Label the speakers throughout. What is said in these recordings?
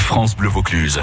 Speaker 1: France Bleu Vaucluse.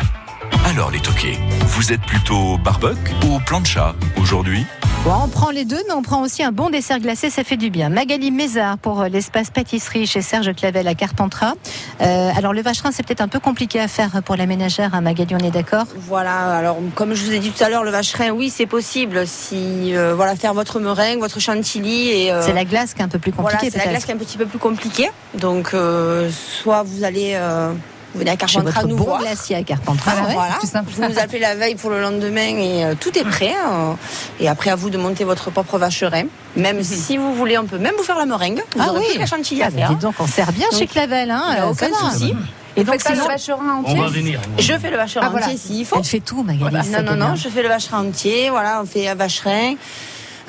Speaker 1: Alors les toqués, vous êtes plutôt barbecue ou plancha aujourd'hui
Speaker 2: Bon, on prend les deux, mais on prend aussi un bon dessert glacé, ça fait du bien. Magali Mézard pour euh, l'espace pâtisserie chez Serge Clavel à Carpentras. Euh, alors le vacherin, c'est peut-être un peu compliqué à faire pour la ménagère, hein, Magali, on est d'accord
Speaker 3: Voilà, alors comme je vous ai dit tout à l'heure, le vacherin, oui, c'est possible. Si euh, voilà, faire votre meringue, votre chantilly et euh,
Speaker 2: C'est la glace qui est un peu plus
Speaker 3: voilà,
Speaker 2: compliquée
Speaker 3: c'est la
Speaker 2: peut-être.
Speaker 3: glace qui est un petit peu plus compliquée. Donc euh, soit vous allez euh, vous venez à
Speaker 2: Chez
Speaker 3: Carpentras
Speaker 2: votre
Speaker 3: nous
Speaker 2: bon
Speaker 3: voir.
Speaker 2: glacier Ah à Carpentras.
Speaker 3: Voilà, voilà.
Speaker 4: tout simple.
Speaker 3: Vous nous appelez la veille pour le lendemain et euh, tout est prêt. euh, et après, à vous de monter votre propre vacherin. Même si vous voulez, on peut même vous faire la meringue. Vous
Speaker 2: Mhm. Ah
Speaker 3: aurez
Speaker 2: oui.
Speaker 3: toute la chantilly
Speaker 2: Ah,
Speaker 3: à
Speaker 2: mais
Speaker 3: faire.
Speaker 2: dites donc, on sert bien
Speaker 3: Donc,
Speaker 2: chez Clavel, hein,
Speaker 3: Il n'y a
Speaker 2: euh,
Speaker 3: aucun
Speaker 2: ça va.
Speaker 3: soucis.
Speaker 2: Et
Speaker 4: Donc
Speaker 2: donc,
Speaker 4: ça,
Speaker 2: sinon,
Speaker 4: le vacherin
Speaker 5: On va
Speaker 4: entier.
Speaker 5: venir.
Speaker 3: Je fais le vacherin
Speaker 4: Ah, voilà.
Speaker 3: entier s'il faut.
Speaker 2: elle fait tout, Magali.
Speaker 3: Voilà.
Speaker 2: Ah bah, ça,
Speaker 3: Non, non,
Speaker 2: c'est
Speaker 3: non,
Speaker 2: bien.
Speaker 3: je fais le vacherin entier. Voilà, on fait un vacherin.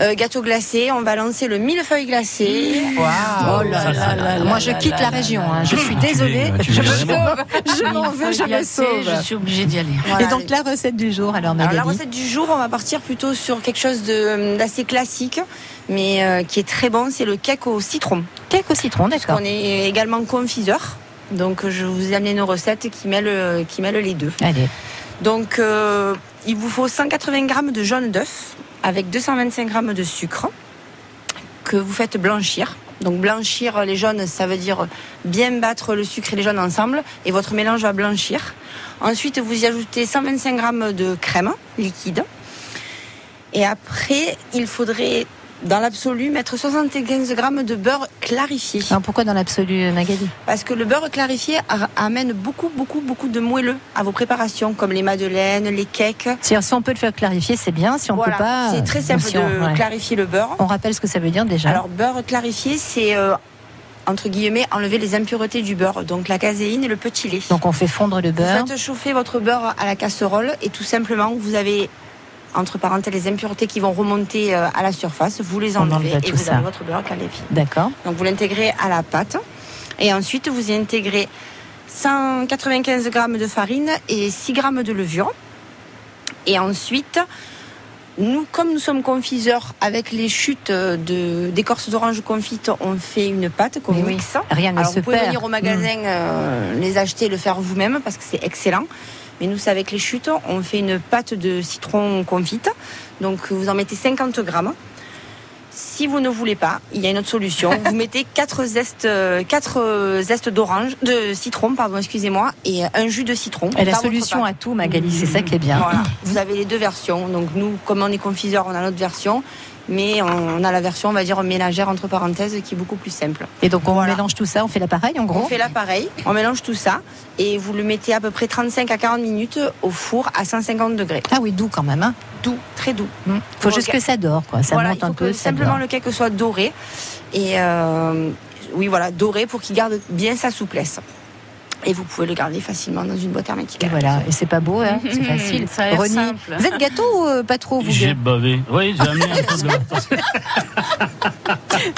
Speaker 3: Euh, gâteau glacé, on va lancer le millefeuille glacé.
Speaker 4: Waouh.
Speaker 2: Oh là là là là, Moi, je quitte la région. hein, Je suis désolée.
Speaker 5: Tu
Speaker 2: Je
Speaker 5: viens
Speaker 2: me
Speaker 5: vraiment.
Speaker 2: sauve. Je m'en vais, je me
Speaker 4: Je
Speaker 2: sauve.
Speaker 4: suis obligée d'y aller.
Speaker 3: Voilà,
Speaker 2: Et donc, la recette du jour, alors,
Speaker 3: Alors la
Speaker 2: Magali
Speaker 3: recette du jour, on va partir plutôt sur quelque chose de- euh, d'assez classique, mais euh, qui est très bon, c'est le cake au citron.
Speaker 2: Cake au citron, d'accord.
Speaker 3: On est également confiseur. Donc euh, je vous ai amené nos recettes qui mêlent, euh, qui mêlent les deux.
Speaker 2: Allez.
Speaker 3: Donc euh, il vous faut 180 g de jaune d'œuf avec 225 g de sucre que vous faites blanchir. Donc blanchir les jaunes, ça veut dire bien battre le sucre et les jaunes ensemble et votre mélange va blanchir. Ensuite, vous y ajoutez 125 g de crème liquide. Et après, il faudrait dans l'absolu mettre 75 g de beurre clarifié.
Speaker 2: Alors, pourquoi dans
Speaker 3: euh,
Speaker 2: l'absolu, Magali
Speaker 3: Parce que le beurre clarifié a- amène beaucoup, beaucoup, beaucoup de moelleux à vos préparations, comme les madeleines, les cakes.
Speaker 2: si, si on peut le faire clarifier, c'est bien. Si on
Speaker 3: Voilà.
Speaker 2: peut pas,
Speaker 3: c'est
Speaker 2: euh,
Speaker 3: très simple
Speaker 2: si
Speaker 3: de
Speaker 2: on- ouais.
Speaker 3: clarifier le beurre.
Speaker 2: On rappelle ce que ça veut dire déjà.
Speaker 3: Alors, beurre clarifié, c'est euh, entre guillemets enlever les impuretés du beurre, donc la caséine et le petit lait.
Speaker 2: donc on fait fondre le
Speaker 3: vous
Speaker 2: beurre.
Speaker 3: faites chauffer votre beurre à la casserole et tout simplement, vous avez entre parenthèses les impuretés qui vont remonter euh, à la surface. Vous les
Speaker 2: On enlève
Speaker 3: enlevez et
Speaker 2: tout
Speaker 3: vous
Speaker 2: ça.
Speaker 3: avez votre beurre clarifié.
Speaker 2: D'accord.
Speaker 3: Donc vous l'intégrez à la pâte et ensuite vous y intégrez 195 g de farine et 6 g de levure. Et ensuite, nous, comme nous sommes confiseurs, avec les chutes de- d'écorce d'orange confite, on fait une pâte qu'on
Speaker 2: Mais oui.
Speaker 3: mixe.
Speaker 2: Rien ne
Speaker 3: Alors
Speaker 2: se
Speaker 3: vous pouvez
Speaker 2: perd. Mm.
Speaker 3: venir au magasin euh, les acheter et le faire vous-même parce que c'est excellent. Mais nous, c'est avec les chutes, on fait une pâte de citron confite. Donc vous en mettez 50 grammes. Si vous ne voulez pas, il y a une autre solution. Vous mettez 4 zestes, 4 zestes d'orange, de citron, pardon, excusez-moi, et un jus de citron.
Speaker 2: Mm. Et la
Speaker 3: dans votre
Speaker 2: solution
Speaker 3: pâte.
Speaker 2: à tout, Magali, c'est ça qui est bien.
Speaker 3: Voilà. Vous avez les deux versions. Donc nous, comme on est confiseur, on a notre version. Mais on a la version, on va dire, ménagère, entre parenthèses, qui est beaucoup plus simple.
Speaker 2: Et donc on
Speaker 3: Voilà.
Speaker 2: mélange tout ça, on fait la pareille en gros.
Speaker 3: On fait là pareil, on mélange tout ça et vous le mettez à peu près 35 à 40 minutes au four à 150 degrés.
Speaker 2: Ah oui, doux quand même. Hein.
Speaker 3: Doux, très doux.
Speaker 2: Mm. Faut
Speaker 3: Faut
Speaker 2: juste
Speaker 3: regarder-
Speaker 2: que ça dort, quoi. Ça
Speaker 3: voilà, il
Speaker 2: monte
Speaker 3: faut
Speaker 2: un
Speaker 3: que
Speaker 2: peu. Ça
Speaker 3: simplement
Speaker 2: dort.
Speaker 3: le cake soit doré. Et euh, oui, voilà, doré pour qu'il garde bien sa souplesse. Et vous pouvez le garder facilement dans une boîte hermétique.
Speaker 2: Et voilà, et c'est pas beau, hein c'est facile.
Speaker 4: Ça a l'air
Speaker 2: Ronny,
Speaker 4: simple.
Speaker 2: vous êtes gâteau ou euh, pas trop vous
Speaker 5: J'ai bavé. Oui, j'ai amené un peu de-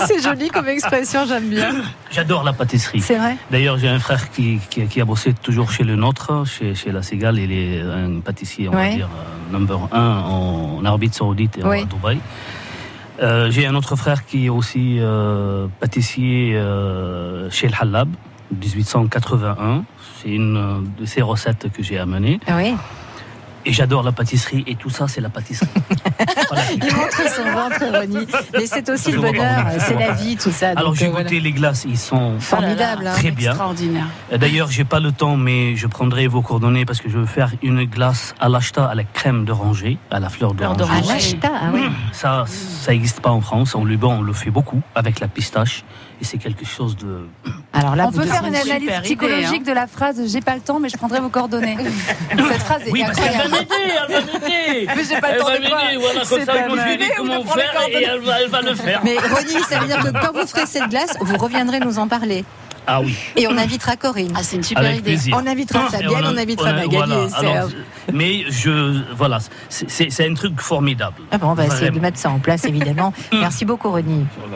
Speaker 2: C'est joli comme expression, j'aime bien.
Speaker 5: J'adore la pâtisserie.
Speaker 2: C'est vrai.
Speaker 5: D'ailleurs, j'ai un frère qui, qui, qui a bossé toujours chez le nôtre, chez, chez La Cigale. Il est un pâtissier, on
Speaker 2: Ouais.
Speaker 5: va dire, euh, number un en, en Arabie Saoudite et
Speaker 2: Oui.
Speaker 5: en Dubaï. Euh, j'ai un autre frère qui est aussi euh, pâtissier euh, chez le Hallab, 1881. C'est une euh, de ses recettes que j'ai amenées.
Speaker 2: Ah Oui.
Speaker 5: Et j'adore la pâtisserie, et tout ça, c'est la pâtisserie. Voilà.
Speaker 2: Il montre son ventre, Ronny. Mais c'est aussi le
Speaker 5: Je vois
Speaker 2: bonheur,
Speaker 5: pas, je
Speaker 2: c'est
Speaker 5: vois
Speaker 2: la
Speaker 5: pas.
Speaker 2: vie, tout
Speaker 4: Ah,
Speaker 2: ça.
Speaker 5: Alors,
Speaker 2: donc,
Speaker 5: j'ai
Speaker 2: euh, voilà.
Speaker 5: goûté les glaces, ils sont
Speaker 2: Formidable. hein.
Speaker 5: Très bien.
Speaker 4: Extraordinaire.
Speaker 5: Euh, D'ailleurs, j'ai pas le temps, mais je prendrai vos coordonnées parce que je veux faire une glace à l'acheta à la crème d'oranger, à la fleur
Speaker 4: Fleur
Speaker 5: d'oranger.
Speaker 2: Ah,
Speaker 4: d'oranger.
Speaker 2: l'acheta, ah oui.
Speaker 5: Ça, ça n'existe pas en France. En Liban, on le fait beaucoup avec la pistache et c'est quelque chose de.
Speaker 2: Alors là,
Speaker 4: On
Speaker 2: vous
Speaker 4: peut
Speaker 2: deux-
Speaker 4: faire une
Speaker 2: vous-
Speaker 4: analyse
Speaker 2: super idée,
Speaker 4: psychologique
Speaker 2: hein.
Speaker 4: de la phrase J'ai pas le temps, mais je prendrai vos coordonnées. Cette phrase est
Speaker 5: Oui, parce qu'elle va
Speaker 4: incroyable.
Speaker 5: m'aider, elle va m'aider.
Speaker 4: Mais j'ai pas le
Speaker 5: Elle
Speaker 4: temps
Speaker 5: va
Speaker 4: de quoi
Speaker 5: m'aider, voilà, comme
Speaker 4: C'est pas
Speaker 5: ça, je
Speaker 4: mal.
Speaker 5: lui dis comment faire et elle va, elle va le faire.
Speaker 2: Mais Ronny, ça veut dire que quand vous ferez cette glace, vous reviendrez nous en parler.
Speaker 5: Ah oui,
Speaker 2: Et on invitera Corinne.
Speaker 4: Ah, c'est une super
Speaker 5: avec
Speaker 4: idée.
Speaker 5: plaisir.
Speaker 2: On invitera
Speaker 5: Ah, Et
Speaker 2: Fabienne,
Speaker 5: a-
Speaker 2: on invitera
Speaker 5: a-
Speaker 2: Magali
Speaker 5: voilà.
Speaker 2: et
Speaker 5: Alors,
Speaker 2: Serge.
Speaker 5: Mais je. Voilà, c'est- c'est c'est un truc formidable.
Speaker 2: Ah bon, on va essayer de
Speaker 5: Vraiment.
Speaker 2: mettre ça en place, évidemment. Merci beaucoup, Ronny.